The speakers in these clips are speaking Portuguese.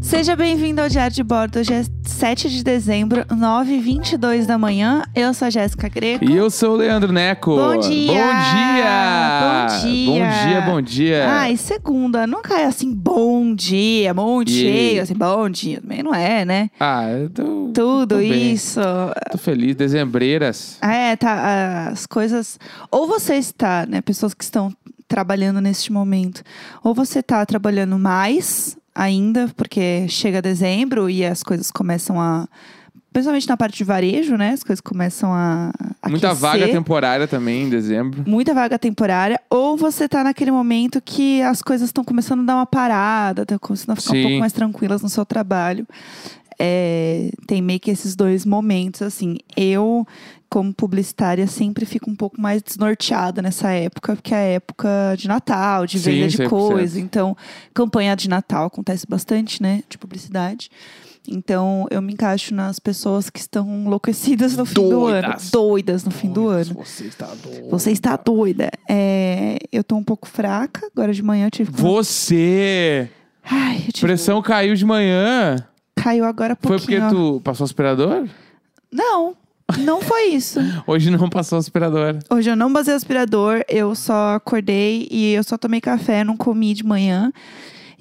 Seja bem-vindo ao Diário de Bordo. Hoje é 7 de dezembro, 9h22 da manhã. Eu sou a Jéssica Greco. E eu sou o Leandro Neco. Bom dia! Bom dia! Bom dia! Bom dia, bom dia. Ai, segunda, nunca é assim, bom dia, bom cheio, assim, bom dia. Também não é, né? Ah, eu tô, Tudo tô bem. isso. Tô feliz. Dezembreiras. É, tá. As coisas. Ou você está, né? Pessoas que estão trabalhando neste momento. Ou você está trabalhando mais ainda, porque chega dezembro e as coisas começam a. Principalmente na parte de varejo, né? As coisas começam a. a Muita aquecer. vaga temporária também em dezembro. Muita vaga temporária, ou você tá naquele momento que as coisas estão começando a dar uma parada, estão começando a ficar um Sim. pouco mais tranquilas no seu trabalho. É, tem meio que esses dois momentos, assim. Eu, como publicitária, sempre fico um pouco mais desnorteada nessa época, porque é a época de Natal, de Sim, venda de 100%. coisa. Então, campanha de Natal acontece bastante, né? De publicidade. Então, eu me encaixo nas pessoas que estão enlouquecidas no fim do ano. Doidas. Doidas no fim do ano. Você está doido. Você está doida. É, eu tô um pouco fraca. Agora de manhã eu tive. que- Você! Ai, eu tive... Pressão caiu de manhã. Caiu agora há Foi Um pouquinho. porque ó. tu passou aspirador? Não, não foi isso. Hoje não passou aspirador. Hoje eu não basei aspirador, eu só acordei e eu só tomei café, não comi de manhã.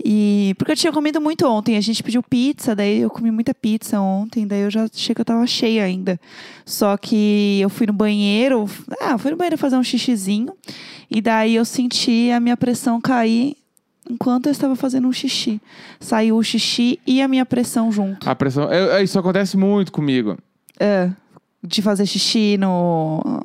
E porque eu tinha comido muito ontem, a gente pediu pizza, daí eu comi muita pizza ontem, daí eu já achei que eu tava cheia ainda. Só que eu fui no banheiro, ah, fui no banheiro fazer um xixizinho, e daí eu senti a minha pressão cair enquanto eu estava fazendo um xixi. Saiu o xixi e a minha pressão junto. A pressão. eu- eu- isso acontece muito comigo. De fazer xixi no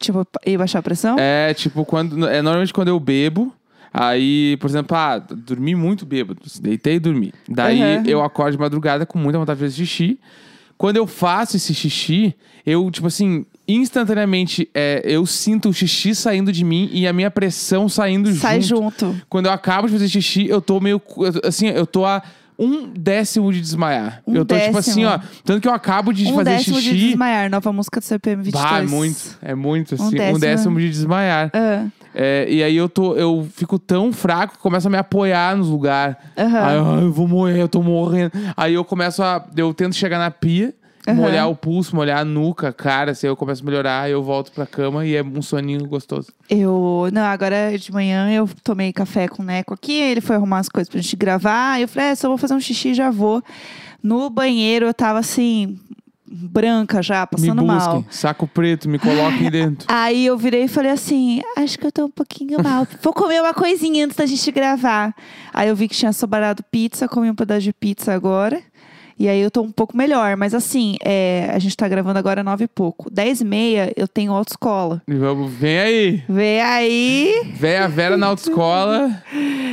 tipo e baixar a pressão? É, tipo, quando. É normalmente quando eu bebo. Aí, por exemplo, ah, dormi muito bêbado. Deitei e dormi. Daí Aham. eu acordo de madrugada com muita vontade de fazer xixi. Quando eu faço esse xixi, eu, tipo assim, instantaneamente é, eu sinto o xixi saindo de mim e a minha pressão saindo Sai junto. Quando eu acabo de fazer xixi, eu tô meio. eu tô- Assim, eu tô a um décimo de desmaiar. Um eu tô, tipo assim, décimo. ó. Tanto que eu acabo de um fazer décimo xixi. de desmaiar, nova música do CPM 22. bah, é muito. É muito, assim. Um décimo, décimo. de desmaiar. Ah, É, e aí eu tô, eu fico tão fraco que começo a me apoiar nos lugares. Aham. Aí eu, "Ai, eu vou morrer, eu tô morrendo. Aí eu começo a. Eu tento chegar na pia, Aham. molhar o pulso, molhar a nuca, a cara, assim, aí eu começo a melhorar, aí eu volto pra cama e é um soninho gostoso. eu. Não, agora de manhã eu tomei café com o Neco aqui, ele foi arrumar as coisas pra gente gravar. Eu falei, é, só vou fazer um xixi e já vou. No banheiro eu tava assim, branca já, passando me busquem, Tá mal. saco preto, me coloquem dentro. Aí eu virei e falei assim: acho que eu tô um pouquinho mal. Vou comer uma coisinha antes da gente gravar. Aí eu vi que tinha sobrado pizza, comi um pedaço de pizza agora. E aí eu tô um pouco melhor. Mas assim, é, a gente tá gravando agora nove e pouco. Dez e meia eu tenho autoescola. E vamos, vem aí. Vem aí. Vem a Vera na autoescola.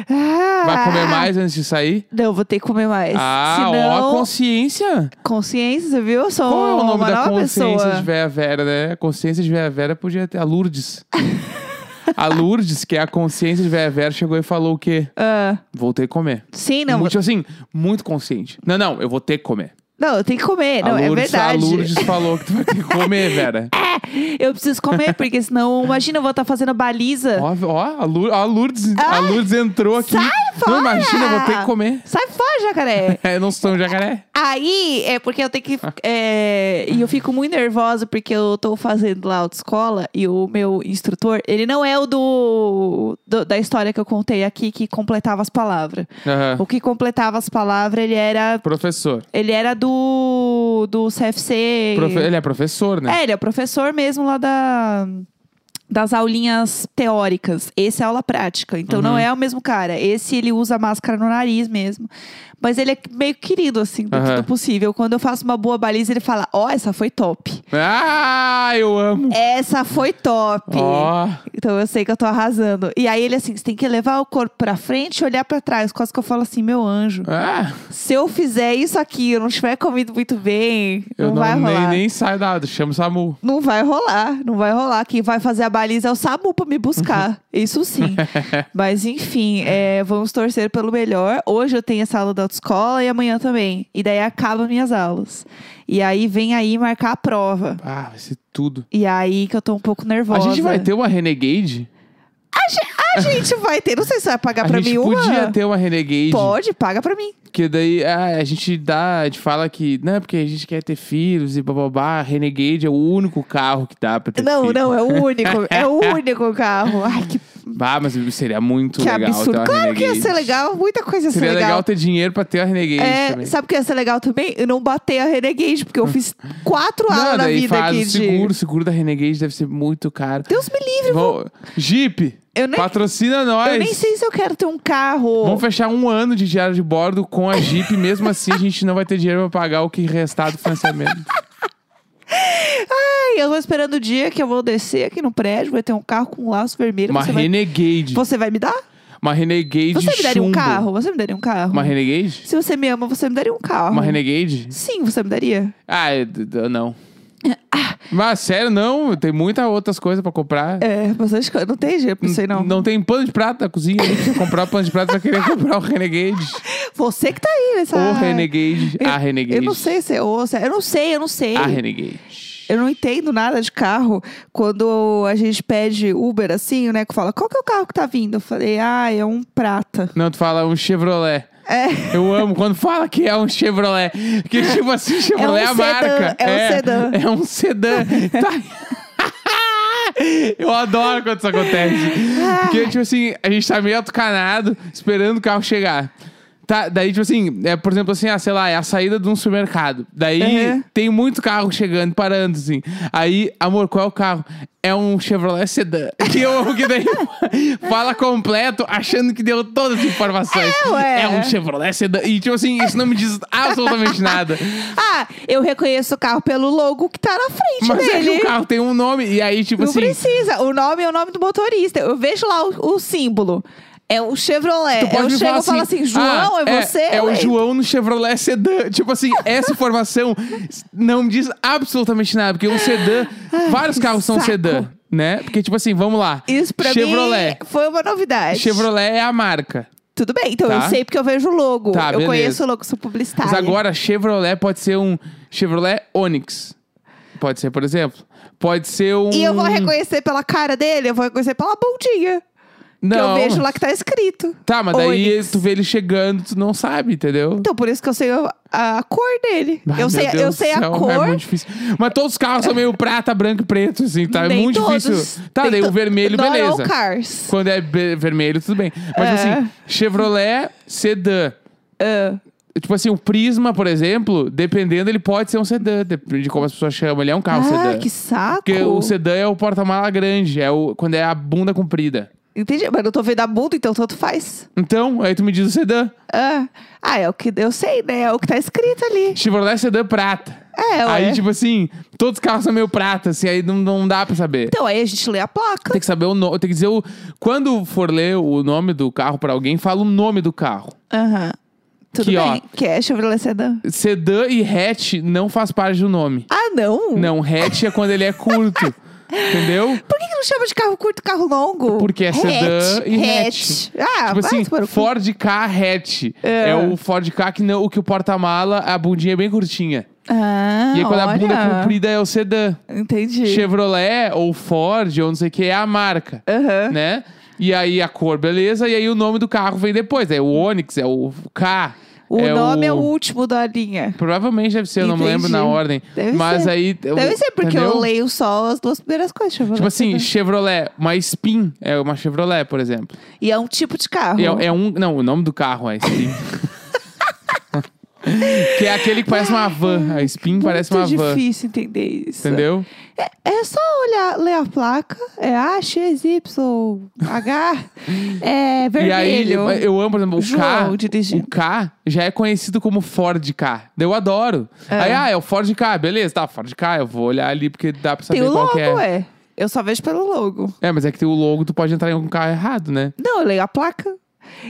Ah! Vai comer mais antes de sair? Não, vou ter que comer mais. Ah, ó, a Senão, consciência. consciência, você viu? Eu sou Qual é o nome uma da nova consciência pessoa. de Véia Vera, né? A consciência de Véia Vera podia ter. A Lourdes. a Lourdes, que é a consciência de Véia Vera, chegou e falou o quê? Ah, Voltei a comer. sim, não. muito, assim, muito consciente. Não, não, eu vou ter que comer. Não, eu tenho que comer. Não, a é Lourdes, verdade. A Lourdes falou que tu vai ter que comer, Vera. Eu preciso comer, porque senão, imagina, eu vou estar fazendo baliza. ó, ó, a Lour- ó, a Lourdes, a Lourdes entrou aqui. sai Não, fora! imagina, eu vou ter que comer. Sai fora, jacaré! É, eu não sou um jacaré. Aí é porque eu tenho que. é, e eu fico muito nervosa porque eu tô fazendo lá autoescola e o meu instrutor, ele não é o do, do- da história que eu contei aqui que completava as palavras. Aham. O que completava as palavras, ele era. Professor. Ele era do. do CFC. Profe- Ele é professor, né? É, ele é o professor mesmo lá da, das aulinhas teóricas. Esse é aula prática. Então Uhum. não é o mesmo cara. Esse ele usa máscara no nariz mesmo. Mas ele é meio querido, assim, dentro Aham. do possível. Quando eu faço uma boa baliza, ele fala: Ó, essa foi top. Ah, eu amo. Essa foi top. Ó. Então eu sei que eu tô arrasando. E aí ele assim, você tem que levar o corpo pra frente e olhar pra trás. Quase que eu falo assim, meu anjo, Ah, se eu fizer isso aqui, eu não tiver comido muito bem, eu não, vai rolar. nem, nem saio nada, chamo o Samu. Não vai rolar, não vai rolar. Quem vai fazer a baliza é o Samu pra me Uhum. buscar. Isso sim. Mas enfim, é, vamos torcer pelo melhor. Hoje eu tenho essa aula da autoescola e amanhã também. E daí acabam minhas aulas. E aí vem aí marcar a prova. Ah, vai ser tudo. E aí que eu tô um pouco nervosa. A gente vai ter uma Renegade? A, ge- a a gente vai ter. Não sei se vai pagar A pra gente mim podia uma. ter uma Renegade. Pode, paga pra mim. Que daí ah, a gente dá, a gente fala que. Não, porque a gente quer ter filhos e bababá. A Renegade é o único carro que dá pra ter Não, filho. não, é o único. é o único carro. Ai, que, Ah, mas seria muito que legal ter absurdo. uma Claro Renegade. que ia ser legal. Muita coisa ia ser Seria legal. ter dinheiro pra ter a Renegade É, também. sabe o que ia ser legal também? Eu não bater a Renegade, porque eu fiz quatro não, aulas na daí vida faz aqui o de. seguro. O seguro da Renegade deve ser muito caro. Deus me livre, Vão- Jeep, eu nem, patrocina nós. eu nem sei se eu quero ter um carro. Vamos fechar um ano de diário de bordo com a Jeep. Mesmo assim, a gente não vai ter dinheiro pra pagar o que restar do financiamento. Ai, eu tô esperando o dia que eu vou descer aqui no prédio, vai ter um carro com um laço vermelho. Uma você, vai, Renegade. você vai me dar? Uma Renegade Você me daria um chumbo. carro? Você me daria um carro? Uma Renegade? Se você me ama, você me daria um carro. Uma Renegade? Sim, você me daria. Ah, eu- eu não. Mas sério, não. Tem muitas outras coisas pra comprar. Ah. É, bastante coisa. Não tem jeito pra isso aí, não. Não tem pano de prata na cozinha. Não precisa comprar pano de prata. Vai querer comprar o Renegade. Você que tá aí nessa. O Renegade. Eu- a Renegade. Eu não sei se é ouça. Eu não sei, eu não sei. A Renegade. Eu não entendo nada de carro. Quando a gente pede Uber assim, né? Que fala, qual que é o carro que tá vindo? Eu falei, ah, é um prata. Não, tu fala um Chevrolet. É. Eu amo quando fala que é um Chevrolet. Porque, tipo assim, Chevrolet é, É um a sedã, marca. é um sedã. É um sedã. Tá- Eu adoro quando isso acontece. Porque, tipo assim, a gente tá meio atucanado esperando o carro chegar. Tá, daí, tipo assim, é, por exemplo, assim, ah, sei lá, é a saída de um supermercado. Daí Uhum. tem muito carro chegando, parando, assim. Aí, amor, qual é o carro? É um Chevrolet Sedan. Que eu amo que daí fala completo, achando que deu todas as informações. É, ué. um Chevrolet Sedan. E, tipo assim, isso não me diz absolutamente nada. Ah, eu reconheço o carro pelo logo que tá na frente Mas é dele. que o carro tem um nome. E aí, tipo não assim, precisa. O nome é o nome do motorista. Eu vejo lá o, o símbolo. É o Chevrolet. pode eu me chego e falo falar assim, João, "Ah, é, você? É, o Ué. João no Chevrolet Sedan. Tipo assim, essa informação não me diz absolutamente nada, porque um sedã, vários que carros são saco. sedã, né? Porque, tipo assim, vamos lá. Isso pra Chevrolet. mim é foi uma novidade. Chevrolet é a marca. Tudo bem, então Tá. eu sei porque eu vejo o logo. Tá, eu beleza. conheço o logo, sou Mas publicitária. agora, Chevrolet pode ser um Chevrolet Onix. Pode ser, por exemplo. Pode ser um. E eu vou reconhecer pela cara dele, eu vou reconhecer pela bundinha. Não. Que eu vejo lá que tá escrito. Tá, mas daí Onix. tu vê ele chegando, tu não sabe, entendeu? Então, por isso que eu sei a, a cor dele. Ah, meu eu sei, Deus eu do sei céu, a cor. É muito difícil. Mas todos os carros são meio prata, branco e preto, assim, tá? É Nem muito todos. difícil. Tá, Nem daí o to- vermelho, Not all beleza. cars. Quando é be- vermelho, tudo bem. Mas É. assim, Chevrolet, sedã. Ah, Tipo assim, o Prisma, por exemplo, dependendo, ele pode ser um sedã, depende de como as pessoas chamam. Ele é um carro ah, sedã. que saco. Porque o sedã é o porta-mala grande, é o, quando é a bunda comprida. Entendi, mas eu tô vendo a bunda, então tanto faz. Então, aí tu me diz o sedã. Ah, ah, é o que eu sei, né? É o que tá escrito ali. Chevrolet sedã prata. É, ué. aí, tipo assim, todos os carros são meio prata, assim, aí não, não dá pra saber. Então, aí a gente lê a placa. Tem que saber o nome. Tem que dizer o. Quando for ler o nome do carro pra alguém, fala o nome do carro. Aham. Tudo Que, ó. bem. Que é Chevrolet Sedan. Sedã e hatch não faz parte do nome. Ah, não? Não, hatch é quando ele é curto. entendeu? Por que, que não chama de carro curto e carro longo? Porque é Hatch, sedã e hatch. hatch. Ah, tipo vai assim, tomar no cu. Ford K hatch. É. o Ford K que, não, o que o porta-mala, a bundinha é bem curtinha. Ah, e aí, quando a bunda é olha. comprida, é o sedã. Entendi. Chevrolet ou Ford ou não sei o que é a marca. Aham. né? E aí a cor, beleza. E aí o nome do carro vem depois. É o Onix, é o K. O nome é o último da linha. Provavelmente deve ser, eu não me Entendi. lembro na ordem. Deve Mas ser. aí. Deve ser porque entendeu? eu leio só as duas primeiras coisas. Chevrolet Tipo assim, Sedan. Chevrolet, uma Spin é uma Chevrolet, por exemplo. E é um tipo de carro. E É, é um. Não, o nome do carro é Spin. que é aquele que parece uma van. A Spin parece uma Muito van. difícil entender isso. Entendeu? É, é só olhar, ler a placa. É A, X, Y, H. é E aí, vermelho. eu eu amo, por exemplo, o João K. dirigindo. O K já é conhecido como Ford K. Daí Eu adoro. Aí, ah, é o Ford K, beleza, tá, Ford K, eu vou olhar ali porque dá pra saber Tem o qual logo, que é. é. Eu só vejo pelo logo. É, mas é que tem o logo, tu pode entrar em algum carro errado, né? Não, eu leio a placa.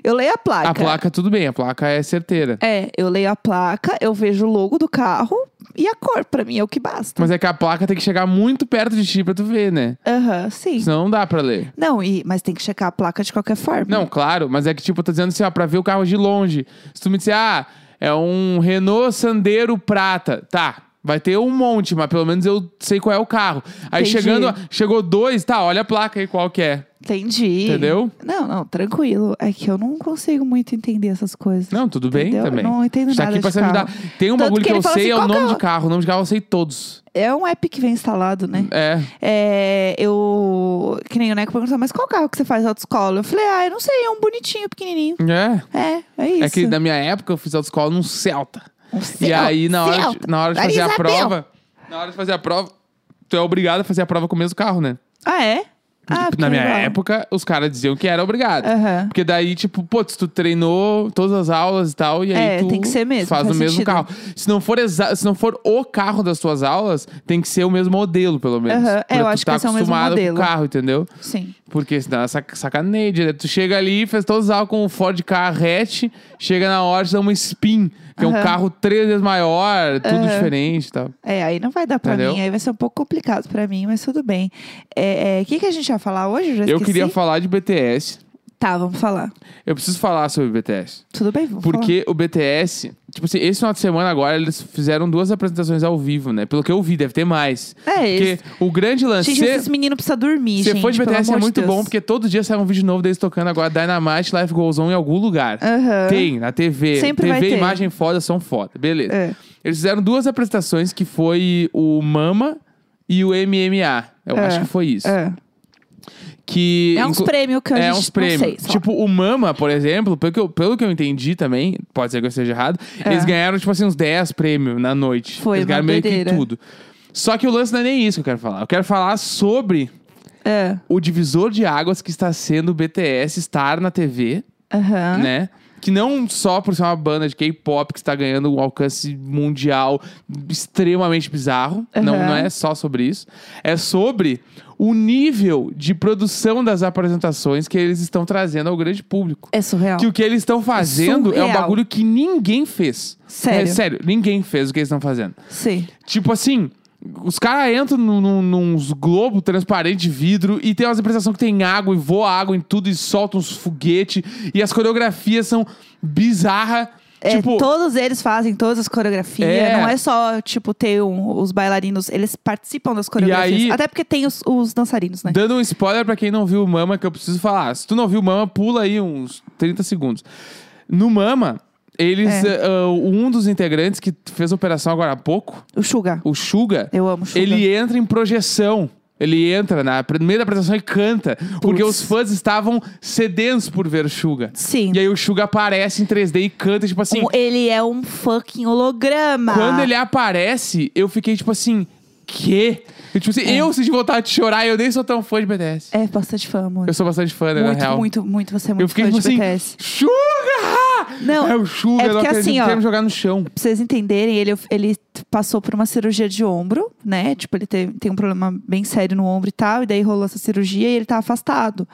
Eu leio a placa. A placa, tudo bem, a placa é certeira. É, eu leio a placa, eu vejo o logo do carro e a cor, pra mim, é o que basta. Mas é que a placa tem que chegar muito perto de ti pra tu ver, né? Aham, sim. Senão não dá pra ler. Não, e, mas tem que checar a placa de qualquer forma. Não, claro, mas é que, tipo, eu tô dizendo assim, ó, pra ver o carro de longe. Se tu me disser, ah, é um Renault Sandero Prata. Tá, Vai ter um monte, mas pelo menos eu sei qual é o carro. Aí Entendi. chegando, chegou dois, tá, olha a placa aí qual que é. Entendi. Entendeu? Não, não, tranquilo. É que eu não consigo muito entender essas coisas. Não, tudo bem Entendeu? também. Não entendo A gente tá nada aqui pra de se carro. ajudar. Tem um Tanto bagulho que que, ele eu fala sei, assim, é o qual nome que é o- de carro. O nome de carro eu sei todos. É um app que vem instalado, né? É. É, eu. Que nem o Neco perguntou, mas qual carro que você faz autoescola? Eu falei, ah, eu não sei, é um bonitinho, pequenininho. É. É, é isso. É que na minha época eu fiz autoescola num Celta. Um e Celta, aí, na hora, de, Celta. na hora de Maria fazer a Isabel. prova. Na hora de fazer a prova, tu é obrigado a fazer a prova com o mesmo carro, né? Ah, é? Ah, Tipo, na porque minha legal. época, os caras diziam que era obrigado. Aham. Porque daí, tipo, pô, se tu treinou todas as aulas e tal, e É, aí tu tem que ser mesmo, faz, o faz mesmo sentido. carro. Se não, for exa- se não for o carro das tuas aulas, tem que ser o mesmo modelo, pelo menos. Aham, é, Pra eu tu acho que tá esse é o mesmo acostumado modelo. com o carro, entendeu? Sim. Porque senão é sac sacaneia direto. Tu chega ali, fez todas as aulas com o Ford Carrete, chega na hora, te dá uma Spin, que é um Aham. carro três vezes maior, tudo Aham. diferente e tal. É, aí não vai dar pra Entendeu? mim, aí vai ser um pouco complicado pra mim, mas tudo bem. O é, que, que a gente ia falar hoje? Eu já Eu esqueci. queria falar de BTS. Tá, vamos falar. Eu preciso falar sobre BTS. Tudo bem, vamos falar. Porque o BTS, tipo assim, esse final de semana agora eles fizeram duas apresentações ao vivo, né? Pelo que eu vi, deve ter mais. É, Porque eles- o grande lance. Gente, esses Se meninos precisam dormir, se gente. for de pelo BTS é amor de muito Deus. bom, porque todo dia sai um vídeo novo deles tocando agora Dynamite, Life Goes On em algum lugar. Aham. Tem, na TV. Sempre vai TV, ter. imagem foda, são foda. Beleza. É. Eles fizeram duas apresentações que foi o Mama e o MMA. Eu É. acho que foi isso. É. Que, É uns inclu- prêmios que a gente é uns prêmios. não sei. sei lá. tipo, o Mama, por exemplo, pelo que, eu, pelo que eu entendi também, pode ser que eu esteja errado, eles ganharam, tipo assim, uns 10 prêmios na noite. É. Foi eles uma ganharam meio que doideira. tudo. Só que o lance não é nem isso que eu quero falar. Eu quero falar sobre É. o divisor de águas que está sendo o BTS estar na TV, Aham. né? Que não só por ser uma banda de K-pop que está ganhando um alcance mundial extremamente bizarro. Não, Aham. não é só sobre isso. É sobre o nível de produção das apresentações que eles estão trazendo ao grande público. É surreal. Que o que eles estão fazendo é, um surreal. bagulho que ninguém fez. Sério. É, sério, ninguém fez o que eles estão fazendo. Sim. Tipo assim, os caras entram num, num, nos globos transparentes de vidro e tem umas apresentações que tem água e voa água em tudo e solta uns foguetes. E as coreografias são bizarras. É, tipo, todos eles fazem todas as coreografias. É. Não é só, tipo, ter um- os bailarinos. Eles participam das coreografias. aí- Até porque tem os, os dançarinos, né? Dando um spoiler pra quem não viu o Mama, que eu preciso falar. Se tu não viu o Mama, pula aí uns 30 segundos. No Mama, eles. eh, ah, um dos integrantes que fez a operação agora há pouco, O Suga. o Suga, Eu amo o Suga. ele entra em projeção. Ele entra na primeira apresentação e canta. Porque os fãs estavam sedentos por ver o Suga. Sim. E aí o Suga aparece em 3D e canta, tipo assim. Um- ele é um fucking holograma. Quando ele aparece, eu fiquei tipo assim. Quê? Eu, tipo assim, eu senti vontade de chorar e eu nem sou tão fã de BTS. É bastante fã, amor. Eu sou bastante fã, né, na muito, real. muito, muito. Você é muito eu fiquei fã tipo de assim. BTS. Suga! Não, É o Suga, é eu não porque acredito assim, que ó, ia me jogar no chão. Pra vocês entenderem, ele, ele passou por uma cirurgia de ombro, né? Tipo, ele tem, tem um problema bem sério no ombro e tal, e daí rolou essa cirurgia e ele tá afastado.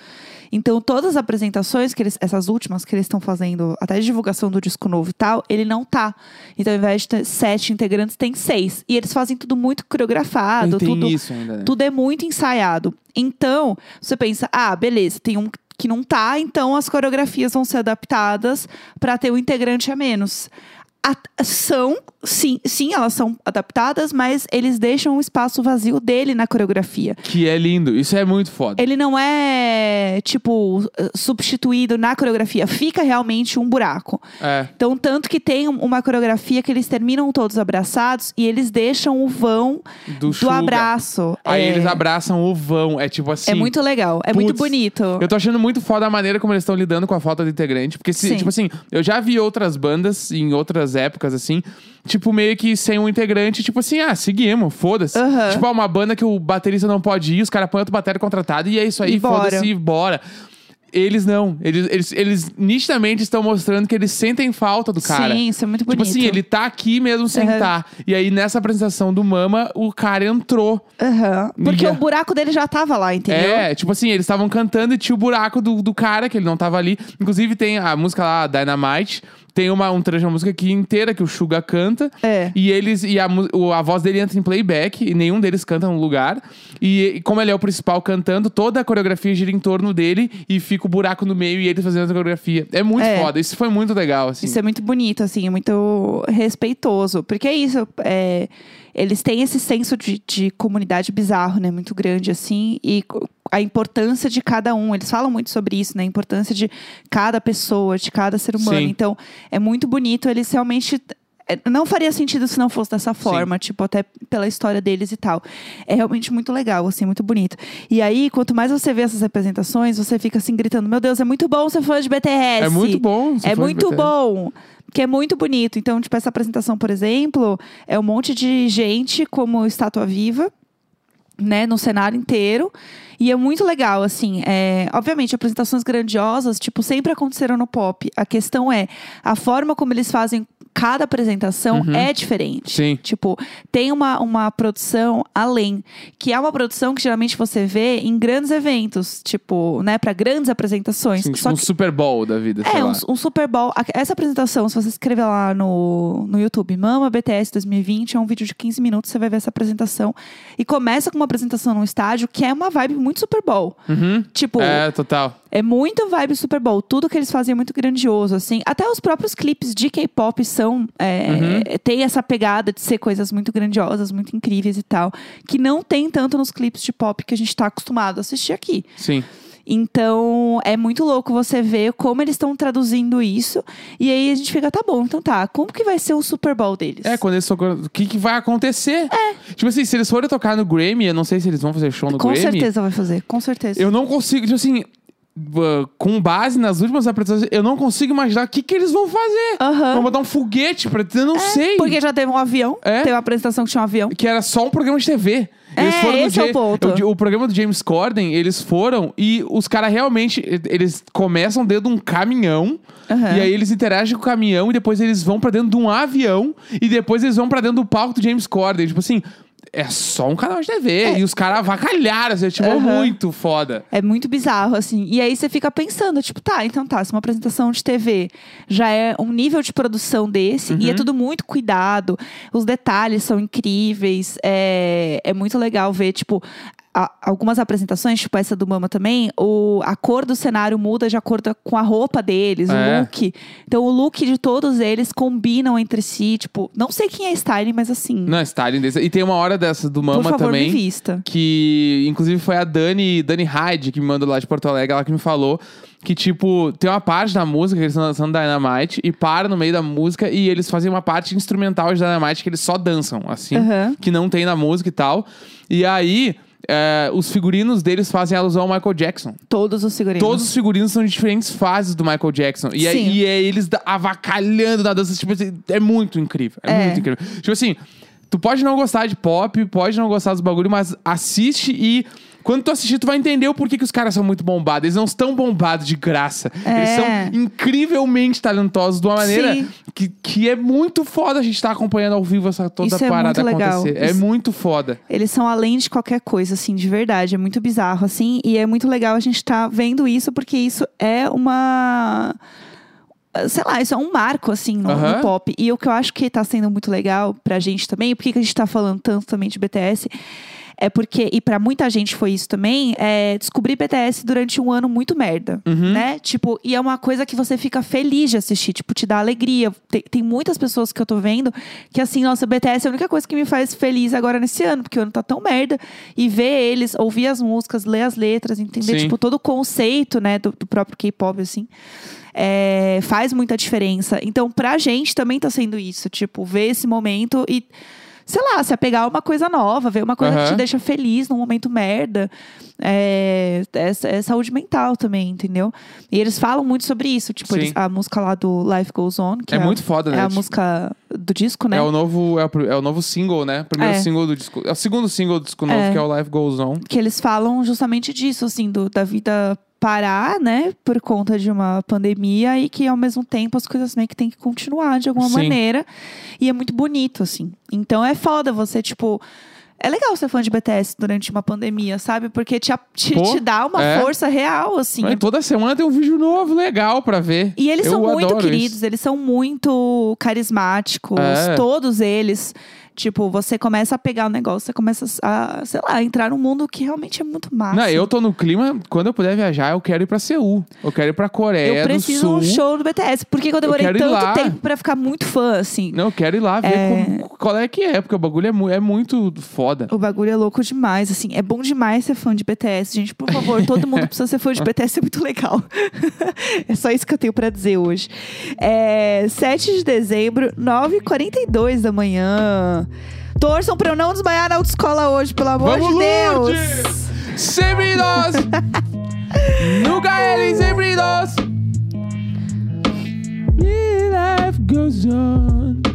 Então, todas as apresentações, que eles, essas últimas que eles estão fazendo, até de divulgação do disco novo e tal, ele não tá. Então, ao invés de ter sete integrantes, tem seis. E eles fazem tudo muito coreografado, Não tem ah, tudo, isso ainda, né? tudo é muito ensaiado. Então, você pensa, ah, beleza, tem um que não tá, então as coreografias vão ser adaptadas para ter um integrante a menos. A- são, sim, sim, elas são adaptadas, mas eles deixam um espaço vazio dele na coreografia. Que é lindo. Isso é muito foda. Ele não é, tipo, substituído na coreografia, fica realmente um buraco. É. Então, tanto que tem um- uma coreografia que eles terminam todos abraçados e eles deixam o vão Do Suga. abraço. Aí É. eles abraçam o vão. É tipo assim. É muito legal, é muito Putz, bonito. Eu tô achando muito foda a maneira como eles estão lidando com a falta de integrante. Porque, se, Sim. tipo assim, eu já vi outras bandas em outras épocas, assim, tipo, meio que sem um integrante, tipo assim, ah, seguimos, foda-se. Aham. Tipo, é uma banda que o baterista não pode ir, os caras põem outro batera contratado e é isso E aí, bora. foda-se e bora. Eles não. Eles, eles, eles nitidamente estão mostrando que eles sentem falta do cara. Sim, isso é muito bonito. Tipo assim, ele tá aqui mesmo sem Aham. tá. E aí, nessa apresentação do Mama, o cara entrou. Aham. Porque Ninguém- o buraco dele já tava lá, entendeu? É, tipo assim, eles estavam cantando e tinha o buraco do, do cara, que ele não tava ali. Inclusive, tem a música lá, Dynamite. tem uma, um trecho da música aqui inteira que o Suga canta. É. E eles e a, mu- o- a voz dele entra em playback e nenhum deles canta no lugar. E, e como ele é o principal cantando, toda a coreografia gira em torno dele e fica o buraco no meio e ele fazendo a coreografia. É muito É. foda. Isso foi muito legal, assim. Isso é muito bonito, assim, é muito respeitoso. Porque é isso, é, eles têm esse senso de, de comunidade bizarro, né? Muito grande, assim, e co- a importância de cada um. Eles falam muito sobre isso, né? A importância de cada pessoa, de cada ser humano. Sim. Então, é muito bonito, eles realmente. é, Não faria sentido se não fosse dessa forma, tipo, até pela história deles e tal. É realmente muito legal, assim, muito bonito. E aí, quanto mais você vê essas representações, você fica assim gritando: Meu Deus, é muito bom ser fã de BTS. É muito bom. se É for muito BTS. bom. Porque é muito bonito. Então, tipo, essa apresentação, por exemplo, é um monte de gente como estátua viva, né? No cenário inteiro. E é muito legal, assim. É, obviamente, apresentações grandiosas, tipo, sempre aconteceram no pop. A questão é, a forma como eles fazem cada apresentação é diferente. Uhum. Sim. Tipo, tem uma, uma produção além, que é uma produção que geralmente você vê em grandes eventos, tipo, né, para grandes apresentações. Assim, Só tipo um que Super Bowl da vida, sei é, lá. um, um Super Bowl. A- Essa apresentação, se você escrever lá no, no YouTube, Mama BTS 2020, é um vídeo de 15 minutos, você vai ver essa apresentação. E começa com uma apresentação num estádio que é uma vibe muito Super Bowl. Uhum. Tipo, é, É, total. muito vibe Super Bowl. Tudo que eles fazem é muito grandioso, assim. Até os próprios clipes de K-pop são. É, Tem essa pegada de ser coisas muito grandiosas, muito incríveis e tal. Que não tem tanto nos clipes de pop que a gente tá acostumado a assistir aqui. Sim. Então, é muito louco você ver como eles estão traduzindo isso. E aí a gente fica, tá bom, então tá. Como que vai ser o Super Bowl deles? É, quando eles tocam. O que, que vai acontecer? É. Tipo assim, se eles forem tocar no Grammy, eu não sei se eles vão fazer show no com Grammy. certeza vai fazer, com certeza. Eu não consigo, tipo assim, uh, com base nas últimas apresentações, eu não consigo imaginar o que, que eles vão fazer. Aham. Vão botar um foguete pra. Eu não sei. Porque já teve um avião, É. teve uma apresentação que tinha um avião. Que era só um programa de TV. É, esse é o ponto. o, o programa do James Corden, eles foram e os caras realmente. Eles começam dentro de um caminhão. Aham. E aí eles interagem com o caminhão e depois eles vão pra dentro de um avião. E depois eles vão pra dentro do palco do James Corden. Tipo assim. É só um canal de TV. E os caras avacalharam. Assim, tipo, É. Aham. muito foda. É muito bizarro, assim. E aí você fica pensando, tipo, tá, então tá, se uma apresentação de TV já é um nível de produção desse, Uhum. e é tudo muito cuidado, os detalhes são incríveis, é, é muito legal ver, tipo. a- Algumas apresentações, tipo essa do Mama também, o, a cor do cenário muda de acordo com a roupa deles, É. o look. Então, o look de todos eles combinam entre si. Tipo, não sei quem é styling, mas assim, Não, Stalin. desse- E tem uma hora dessa do por Mama favor, também. me vista. Que, inclusive, foi a Dani, Dani Hyde, que me mandou lá de Porto Alegre, ela que me falou que, tipo, tem uma parte da música que eles estão dançando Dynamite e para no meio da música e eles fazem uma parte instrumental de Dynamite que eles só dançam, assim, Aham. que não tem na música e tal. E aí, é, os figurinos deles fazem alusão ao Michael Jackson. Todos os figurinos. Todos os figurinos são de diferentes fases do Michael Jackson. E, é, Sim. e é eles da- avacalhando na dança. Tipo, assim, é muito incrível. É, É. muito incrível. Tipo assim, tu pode não gostar de pop, pode não gostar dos bagulho, mas assiste e. Quando tu assistir, tu vai entender o porquê que os caras são muito bombados. Eles não estão bombados de graça. Eles É. são incrivelmente talentosos de uma maneira Sim. que, que é muito foda a gente estar acompanhando ao vivo essa toda Isso é parada muito legal. acontecer. É Isso- muito foda. Eles são além de qualquer coisa, assim, de verdade. É muito bizarro, assim. E é muito legal a gente estar vendo isso, porque isso é uma. Sei lá, isso é um marco, assim, no, Aham. no pop. E o que eu acho que tá sendo muito legal pra gente também, e por que que a gente tá falando tanto também de BTS, é porque, e pra muita gente foi isso também, é descobrir BTS durante um ano muito merda, né? Tipo, e é uma coisa que você fica feliz de assistir, tipo, te dá alegria. Tem, tem muitas pessoas que eu tô vendo que assim, nossa, BTS é a única coisa que me faz feliz agora nesse ano, porque o ano tá tão merda. E ver eles, ouvir as músicas, ler as letras, entender, Sim. tipo, todo o conceito, né, do, do próprio K-pop, assim. é, faz muita diferença. Então, pra gente também tá sendo isso, tipo, ver esse momento e, sei lá, se apegar a uma coisa nova, ver uma coisa que Aham. te deixa feliz num momento merda. É, é, é saúde mental também, entendeu? E eles falam muito sobre isso, tipo, Sim. eles- a música lá do Life Goes On, que É, a- muito foda, é né? a Tipo, música do disco, né? É o novo, é o, pri- é o novo single, né? Primeiro É. single do disco. É o segundo single do disco novo, que é o Life Goes On. que eles falam justamente disso, assim, do, da vida parar, né, por conta de uma pandemia e que ao mesmo tempo as coisas meio que têm que continuar de alguma Sim. maneira. E é muito bonito, assim. Então é foda você, tipo. É legal ser fã de BTS durante uma pandemia, sabe? Porque te, a- te, Pô, te dá uma é. força real, assim. Mas toda semana tem um vídeo novo legal pra ver. E eles Eu são muito adoro queridos, isso. eles são muito carismáticos, É. todos eles. Tipo, você começa a pegar o negócio, você começa a, sei lá, entrar num mundo que realmente é muito massa. Não, eu tô no clima, quando eu puder viajar, eu quero ir pra Seul. Eu quero ir pra Eu Coreia É, do preciso de Sul. um show do BTS. Por que que eu demorei quero ir tanto lá. tempo pra ficar muito fã, assim? Não, eu quero ir lá ver É. como- qual é que é, porque o bagulho é, mu- é muito foda. O bagulho é louco demais, assim. É bom demais ser fã de BTS, gente. Por favor, todo mundo precisa ser fã de BTS, é muito legal. é só isso que eu tenho pra dizer hoje. É, 7 de dezembro, 9h42 da manhã. Torçam pra eu não desmaiar na autoescola hoje, pelo amor Vamos, de Deus! Lourdes! Sempre nós! Nunca ele, sempre nós! Yeah, life goes on.